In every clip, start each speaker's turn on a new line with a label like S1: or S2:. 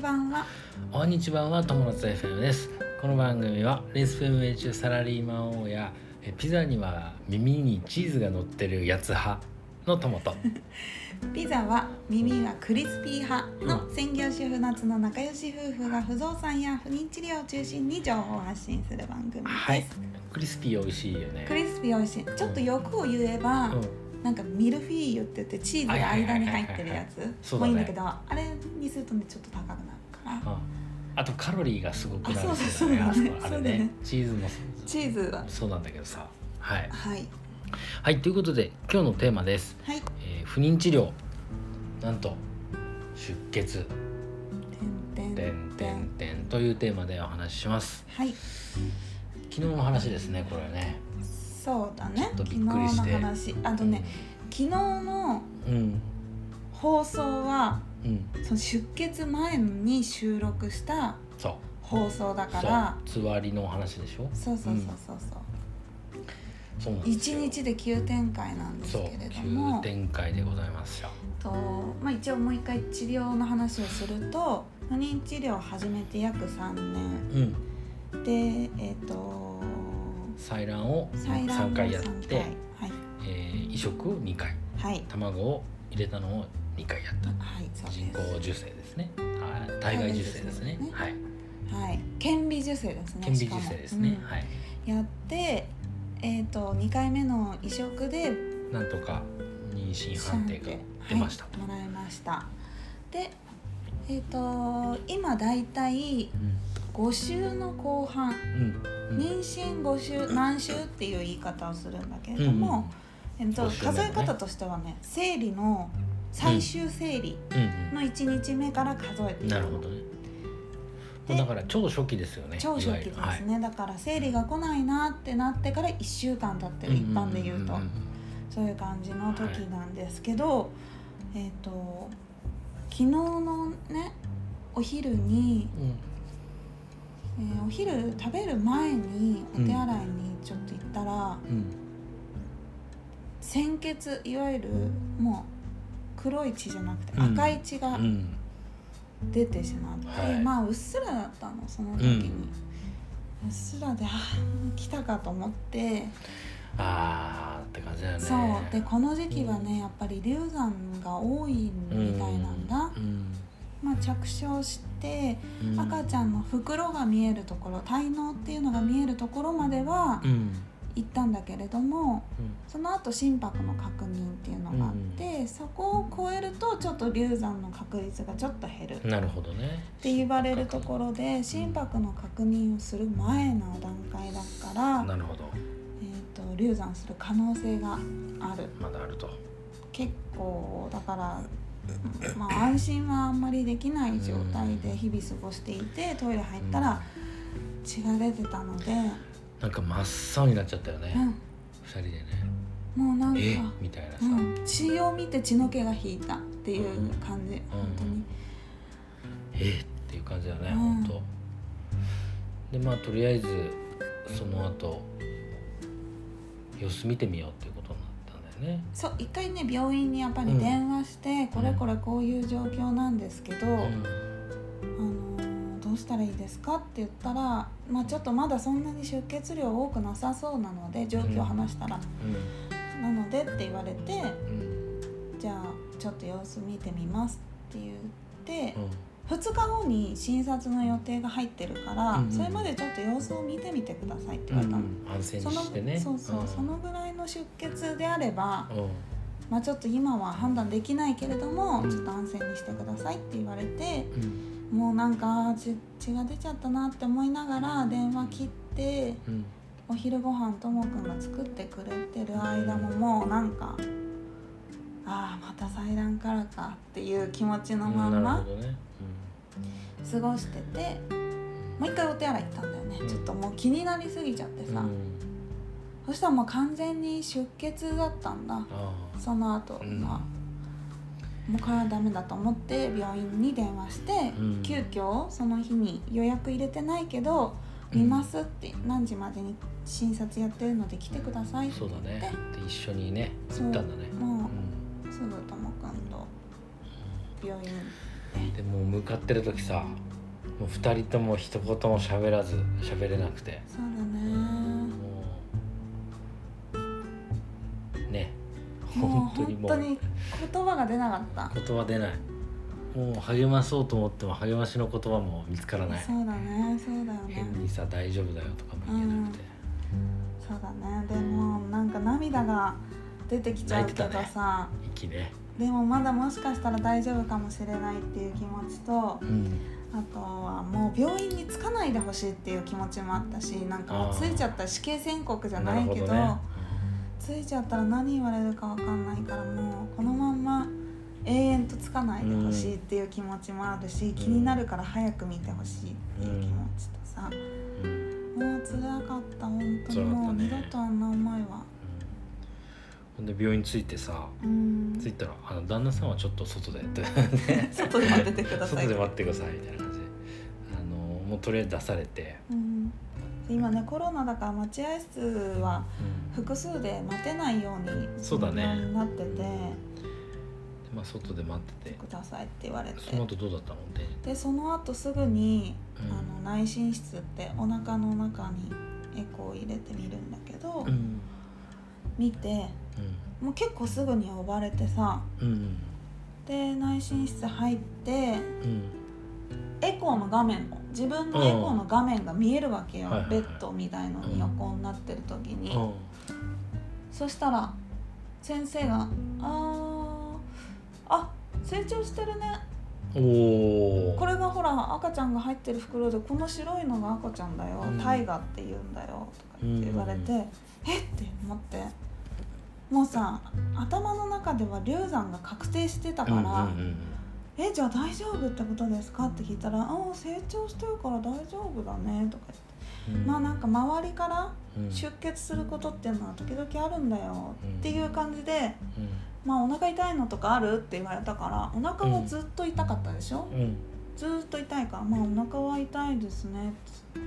S1: 番は
S2: おにちばんは友達 FM ですこの番組はレース FM 中サラリーマン王やえピザには耳にチーズが乗ってるやつ派の友と
S1: ピザは耳がクリスピー派
S2: う
S1: の専業主婦夏の仲良し夫婦が不動産や不妊治療を中心に情報を発信する番組です、
S2: はいクリスピー美味しいよね
S1: クリスピー美味しいちょっと欲を言えば、
S2: う
S1: なんかミルフィーユって言ってチーズが間に入ってるやつ
S2: そう
S1: も
S2: だ
S1: い
S2: ね
S1: いんだけどあれにするとねちょっと高くなるから
S2: んああとカロリーがすごくなるん
S1: あ
S2: です
S1: そう
S2: よね
S1: だ
S2: あ
S1: そう
S2: そ
S1: だ
S2: こあ
S1: そ
S2: れ
S1: うだね
S2: ねチーズも
S1: チーズは
S2: そうなんだけどさはい
S1: はい
S2: はいということで今日のテーマです、
S1: はい
S2: えー不妊治療なんと出血
S1: てんて
S2: て
S1: ん
S2: ん
S1: て
S2: て
S1: ん
S2: んてんというテーマでお話しします
S1: はい
S2: 昨日の話ですねこれはね
S1: そうだね
S2: ちょっと
S1: 昨
S2: び
S1: 日
S2: っくり
S1: の
S2: して
S1: 話あとね昨日の
S2: うん
S1: 放送は
S2: うん
S1: その出血前に収録した
S2: そう
S1: 放送だか
S2: そう
S1: ら
S2: つわりのお話でしょ
S1: そうそうそうそう
S2: そうなん
S1: そう
S2: です
S1: 一
S2: よ
S1: 日で急展開なんです
S2: そ
S1: け
S2: う
S1: れど
S2: 急
S1: も
S2: 展開でございますよ
S1: と、まあ、一応もう一回治療の話をすると不妊治療を始めて約3年
S2: うん
S1: でえっ、と
S2: 採卵を
S1: 採卵
S2: 3
S1: を
S2: 回やっ
S1: 三
S2: て、
S1: はい
S2: えー移植を2回
S1: はい
S2: 卵を入れたのを2回やった
S1: はいそう
S2: 人
S1: で
S2: 工
S1: す
S2: 授精ですねあー体外受精ですね
S1: 体外受精ですね
S2: はい
S1: はい顕微授精ですね
S2: 顕微授精ですね
S1: し、かも
S2: はい
S1: うんやってえっ、と2回目の移植で
S2: なんとか妊娠判定が出ました
S1: はい、もらいましたでえっ、と今だいたい5週の後半
S2: うんうん
S1: 妊娠5週何週っていう言い方をするんだけ
S2: う
S1: れ
S2: んう
S1: ど
S2: ん
S1: も、えっと
S2: 5週目
S1: 数
S2: だ
S1: え
S2: ね
S1: 方としてはね生理の最終生理
S2: うん
S1: の1日目から数えて
S2: う
S1: い
S2: んなる
S1: る
S2: ほどね
S1: で
S2: もうだから超初期ですよね
S1: 超初期
S2: い
S1: です
S2: わゆる
S1: ね、だから生理が来ないなってなってから1週間経ってる
S2: はい
S1: 一般で言うと
S2: んんん
S1: そういう感じの時なんですけど、えっ、と昨日のねお昼に、
S2: うんうん
S1: えーお昼食べる前にお手洗いにちょっと行ったら、
S2: うん
S1: 鮮血いわゆるもう黒い血じゃなくて
S2: うん
S1: 赤い血が
S2: うん
S1: 出てしまって、
S2: はい
S1: まあうっすらだったのその時に、うっすらであー来たかと思って、
S2: あーって感じだよね
S1: そうでこの時期はねやっぱり流産が多いみたいなんだ、
S2: うん
S1: まあ、着床して
S2: うん
S1: 赤ちゃんの袋が見えるところ胎嚢っていうのが見えるところまでは
S2: うん
S1: 行ったんだけれども
S2: うん
S1: その後心拍の確認っていうのがあって、そこを超えるとちょっと流産の確率がちょっと減るっ
S2: なるほどね
S1: て言われるところで心拍の確認をする前の段階だから、
S2: なるほど
S1: えー、と流産する可能性がある
S2: まだあると
S1: 結構だ から。まあ、安心はあんまりできない状態で日々過ごしていてトイレ入ったら血が出てたので、
S2: なんか真っ青になっちゃったよね
S1: う
S2: 二人でね
S1: ん、もうなんか、
S2: えみたいなさ
S1: うん、血を見て血の気が引いたっていう感じ、本当に、
S2: えっていう感じだね
S1: うん
S2: 本当でまあとりあえずその後様子見てみようっていうことになったんだよね
S1: そう一回ね病院にやっぱり電話して、これこれこういう状況なんですけど、あのどうしたらいいですかって言ったら、まあ、ちょっとまだそんなに出血量多くなさそうなので状況を話したら、なのでって言われて
S2: うんうん
S1: じゃあちょっと様子見てみますって言って
S2: う、ん
S1: 2日後に診察の予定が入ってるから、
S2: うんうん
S1: それまでちょっと様子を見てみてくださいって
S2: う
S1: 言われたの。
S2: ん安静に
S1: その
S2: してね
S1: そうそう、
S2: ん
S1: そのぐらいの出血であれば、
S2: うん
S1: まあ、ちょっと今は判断できないけれども、
S2: うん
S1: ちょっと安静にしてくださいって言われて
S2: うん
S1: もうなんか血血が出ちゃったなって思いながら電話切って
S2: うん
S1: お昼ご飯ともくんが作ってくれてる間ももうなんかああまた採卵からかっていう気持ちのまん
S2: なる
S1: ま
S2: ほどね
S1: 過ごしててもう一回お手洗い行ったんだよね、
S2: うん
S1: ちょっともう気になりすぎちゃって
S2: うん
S1: さ、
S2: うん
S1: そしたらもう完全に出血だったんだ。
S2: ああ
S1: その後、
S2: うん
S1: まあもうこれはダメだと思って病院に電話して、
S2: うん
S1: 急遽その日に予約入れてないけど見ますって、何時までに診察やってるので来てくださいって
S2: そうだ
S1: 言って
S2: ねで一緒にね
S1: そう
S2: 行ったんだね
S1: も
S2: うん
S1: うすぐともくんと病院
S2: でもう向かってる時さもう2人とも一言も喋らず喋れなくて
S1: そうだね
S2: もうね
S1: もう
S2: 本当に
S1: 本
S2: も
S1: 当
S2: う
S1: に言葉が出なかった
S2: 言葉出ないもう励まそうと思っても励ましの言葉も見つからない
S1: そうだねそうだよね
S2: 変にさ「大丈夫だよ」とかも言えなくて、
S1: そうだねでもなんか涙が出てきちゃうけど
S2: 泣いて
S1: さ、
S2: 息ね
S1: でもまだもしかしたら大丈夫かもしれないっていう気持ちと
S2: うん
S1: あとはもう病院につかないでほしいっていう気持ちもあったしなんかもうついちゃったら死刑宣告じゃないけど
S2: な
S1: ついちゃったら何言われるかわかんないからもうこのまんま永遠とつかないでほしいっていう気持ちもあるし、気になるから早く見てほしいっていう気持ちとさ、
S2: るほどねうんう
S1: も
S2: ん
S1: う辛かった本当に
S2: 辛かっ
S1: も
S2: た
S1: う
S2: ね
S1: 二度とあんな思いは。
S2: ほんで病院着いてさ
S1: うん
S2: 着いたらあの「旦那さんはちょっと外で」 って
S1: 外で待っててください
S2: 外で待ってください」みたいな感じであのもうとりあえず出されて、
S1: うん、今ねコロナだから待合室は複数で待てないように
S2: そうだね
S1: なってて
S2: でまあ、外で待ってて
S1: くださいって言われて
S2: その後どうだったのって、
S1: でその後すぐに、
S2: うん
S1: あの内診室ってお腹の中にエコーを入れてみるんだけど、
S2: うん
S1: 見てもう結構すぐに呼ばれてさ
S2: うんうん
S1: で内診室入って
S2: うん
S1: エコーの画面自分のエコーの画面が見えるわけよ、
S2: はいはいは
S1: ベ
S2: い
S1: ッドみたいのに横になってる時に。
S2: うん
S1: そしたら先生が「あーあ成長してるね
S2: おお
S1: これがほら赤ちゃんが入ってる袋でこの白いのが赤ちゃんだよ、
S2: うん
S1: タイガって言うんだよ」とかって言われて「
S2: う
S1: えっ?」て思ってもうさ頭の中では流産が確定してたから「
S2: うんうん
S1: えじゃあ大丈夫ってことですか?」って聞いたら「あー成長してるから大丈夫だね」とか言って、
S2: うんうん、
S1: まあなんか周りから
S2: うん
S1: 出血することっていうのは時々あるんだよっていう感じで。まあ、お腹痛いのとかあるって言われたからお腹はずっと痛かったでしょ、
S2: うんうん
S1: ずっと痛いから「まあお腹は痛いですね」う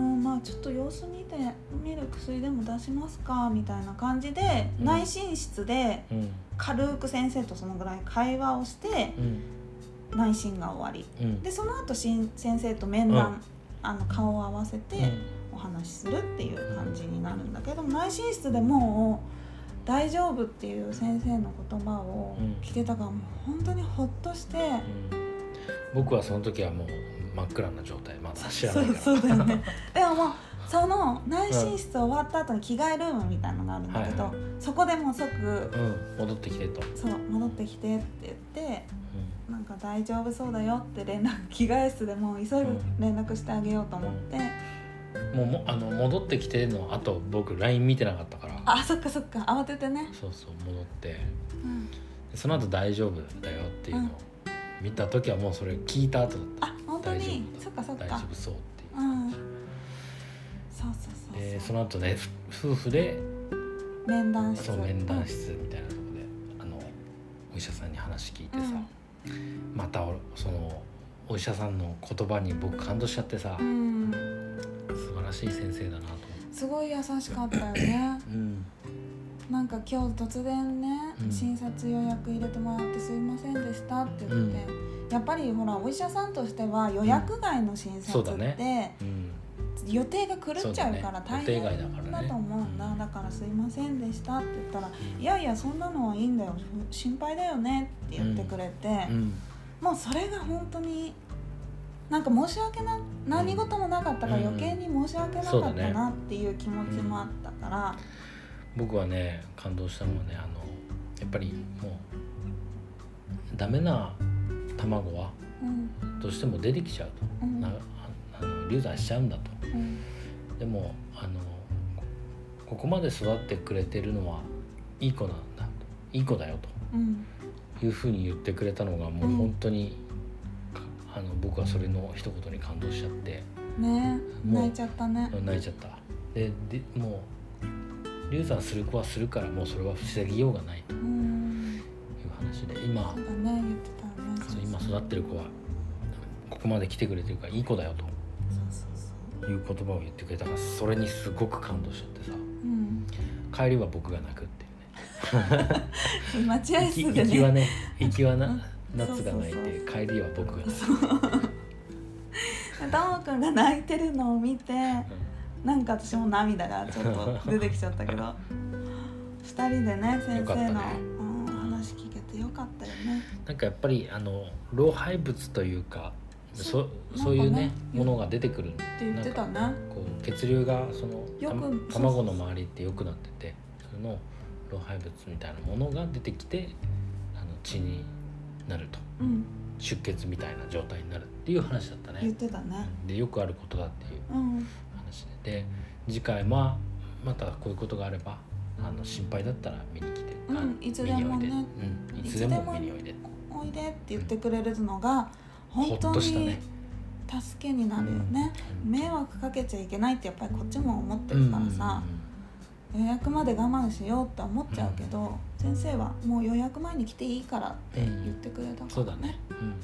S1: ん、まあちょっと様子見て見る薬でも出しますか」みたいな感じで、
S2: うん
S1: 内診室で
S2: うん
S1: 軽く先生とそのぐらい会話をして
S2: うん
S1: 内診が終わり
S2: うん
S1: でその後しん先生と面談、あの顔を合わせて、お話しするっていう感じになるんだけども内診室でもう「大丈夫」っていう先生の言葉を
S2: うん
S1: 聞けたからもう本当にほっとして、
S2: うん僕はその時はもう真っ暗な状態まだ知らないから
S1: そうそうだよ ねでももうその内診室終わった後に着替えルームみたいのがあるんだけど、
S2: はいは
S1: そこでもう即
S2: うん戻ってきてと、
S1: 「そう戻ってきて」って言って「なんか大丈夫そうだよ」って連絡着替え室でもう急いで連絡してあげようと思って、
S2: うんもうもあの戻ってきてのあと僕 LINE 見てなかったから
S1: あそっかそっか慌ててね、
S2: そうそう戻って
S1: うん、
S2: でその後大丈夫だよっていうのを見た時はもうそれ聞いた後だった
S1: あ本当に
S2: 大丈
S1: そっ
S2: 夫だ
S1: かそっ
S2: 大
S1: か
S2: 丈夫そうっていう
S1: うん
S2: 感
S1: そうそ
S2: じ
S1: うそうそう、
S2: でその後ねふ夫婦で
S1: 面談室
S2: そう面談室みたいなとこであのお医者さんに話聞いてさ、また俺そのお医者さんの言葉に僕感動しちゃってさ、
S1: うん、
S2: 素晴らしい先生だなと思って、
S1: すごい優しかったよね
S2: うん
S1: なんか今日突然ね、
S2: うん
S1: 診察予約入れてもらってすいませんでしたって言って、やっぱりほらお医者さんとしては予約外の診
S2: そ
S1: 察
S2: うだ
S1: って、
S2: うん
S1: 予定が狂っちゃうから
S2: そうだ
S1: 大
S2: ね
S1: 変
S2: 予定外だから
S1: だ
S2: ね
S1: と思うんだ、
S2: うん
S1: だからすいませんでしたって言ったら「いやいやそんなのはいいんだよ心配だよね」って言ってくれて、
S2: うん
S1: もうそれが本当になんか申し訳な何事もなかったから
S2: うん
S1: 余計に申し訳なか
S2: そう
S1: っ
S2: だ
S1: た
S2: ね
S1: なっていう気持ちもあったから、
S2: 僕はね感動したのはねあのやっぱりもうダメな卵は
S1: うん
S2: どうしても出てきちゃうと、
S1: うん
S2: なあの流産しちゃうんだと
S1: うん
S2: でもあのこここまで育ってくれてるのはいい子なんだといい子だよ
S1: うん
S2: というふうに言ってくれたのがも
S1: うん
S2: う本当に、あの僕はそれの一言に感動しちゃって
S1: ね
S2: もう
S1: 泣いちゃったね
S2: 泣いちゃったででもう流産する子はするからもうそれは防ぎようがないという
S1: うん
S2: 話で今
S1: そうだね言ってたね
S2: その今育ってる子はここまで来てくれてるからいい子だよと
S1: そうそうそう
S2: いう言葉を言ってくれたからそれにすごく感動しちゃってさ
S1: うん
S2: 帰りは僕が泣くっていうね
S1: 待合
S2: 行き
S1: 室
S2: 行
S1: で
S2: きは
S1: ね
S2: ね行きは
S1: うん
S2: な夏が泣い
S1: そうそう
S2: て帰りは僕が泣いて
S1: ダモくんが泣いてるのを見て
S2: うん
S1: なんか私も涙がちょっと出てきちゃったけど二人でね先
S2: よかっ
S1: 生
S2: た
S1: の、
S2: ね
S1: うん、話聞けてよかったよね
S2: なんかやっぱりあの老廃物というかそ
S1: そう
S2: そうい
S1: な
S2: うね
S1: んかね
S2: ものが出てく
S1: っ
S2: る
S1: て言ってたね
S2: なんかこう血流がその
S1: よく
S2: た卵の周りって良くなっててそれの老廃物みたいなものが出てきてあの血になると
S1: うん
S2: 出血みたいな状態になるっていう話だった
S1: 言っ
S2: ね。
S1: てたね
S2: でよくあることだっていう
S1: うん
S2: 話でで次回はまたこういうことがあればあの心配だったら見に来て、あ
S1: うんいつでもね
S2: 見においで、うん、いつでも見においで
S1: おいでって言ってくれるのが
S2: ほ
S1: 本
S2: っ
S1: 当
S2: と
S1: に
S2: した
S1: 助
S2: ね。
S1: けになるよね
S2: うん
S1: 迷惑かけちゃいけないってやっぱりこっちも思ってるからさ予約まで我慢しようって思っちゃうけど先生はもう予約前に来ていいからって言ってくれた
S2: う
S1: か
S2: んそう
S1: ら
S2: だね
S1: ね、
S2: うん、
S1: よ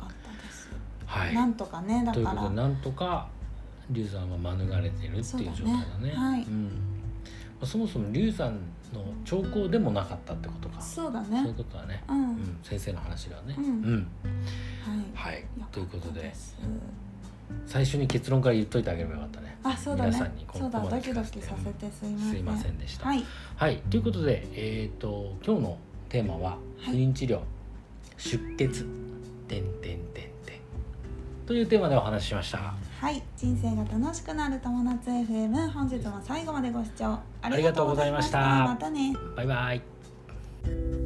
S1: かったです
S2: はい
S1: なんとかねだ
S2: と
S1: か
S2: いうこ
S1: ら
S2: とでなんとか流産は免れてるっていう状態だね
S1: そうだねはい
S2: うんまあそもそも流産の兆候でもなかったってことかそ
S1: そうだ
S2: ういう
S1: ね
S2: ことはね、
S1: うん、
S2: う
S1: は
S2: ん、先生の話ではね、
S1: うん
S2: はいい
S1: よかった
S2: ということです最初に結論から言っといてあげればよかったね
S1: あそうだ
S2: 皆さ
S1: ね
S2: んにこ
S1: そうだ
S2: こま
S1: ド
S2: で
S1: キ
S2: 聞
S1: ド
S2: かせて
S1: キさせてすいません
S2: すいませんでした
S1: はい
S2: はい、ということで、えー、と今日のテーマは
S1: い
S2: 不妊治療、出血てんてんてんてんというテーマでお話ししました
S1: はい人生が楽しくなる友達 FM 本日も最後までご視聴あ
S2: りがとうございました
S1: りがとうございましたまたね
S2: バイバイ